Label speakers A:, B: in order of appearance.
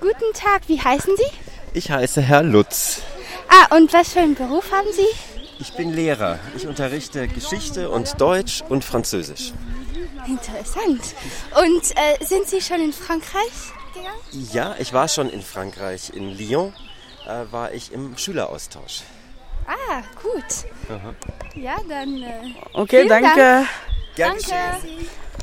A: Guten Tag, wie heißen Sie?
B: Ich heiße Herr Lutz.
A: Ah, und was für einen Beruf haben Sie?
B: Ich bin Lehrer. Ich unterrichte Geschichte und Deutsch und Französisch.
A: Interessant. Und äh, sind Sie schon in Frankreich gegangen?
B: Ja, ich war schon in Frankreich. In Lyon äh, war ich im Schüleraustausch.
A: Ah, gut. Ja, dann. Äh,
C: Okay,
A: Vielen
C: danke.
A: Dank.
B: Gern
A: danke.